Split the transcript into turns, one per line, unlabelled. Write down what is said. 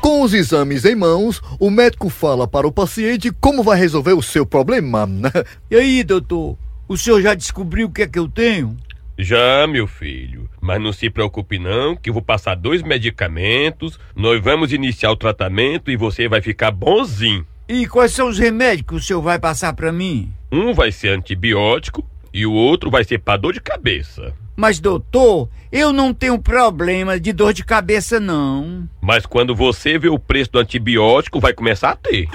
Com os exames em mãos, o médico fala para o paciente como vai resolver o seu problema.
E aí, doutor? O senhor já descobriu o que é que eu tenho?
Já, meu filho. Mas não se preocupe não, que eu vou passar dois medicamentos, nós vamos iniciar o tratamento e você vai ficar bonzinho.
E quais são os remédios que o senhor vai passar para mim?
Um vai ser antibiótico e o outro vai ser para dor de cabeça.
Mas, doutor, eu não tenho problema de dor de cabeça, não.
Mas quando você vê o preço do antibiótico, vai começar a ter.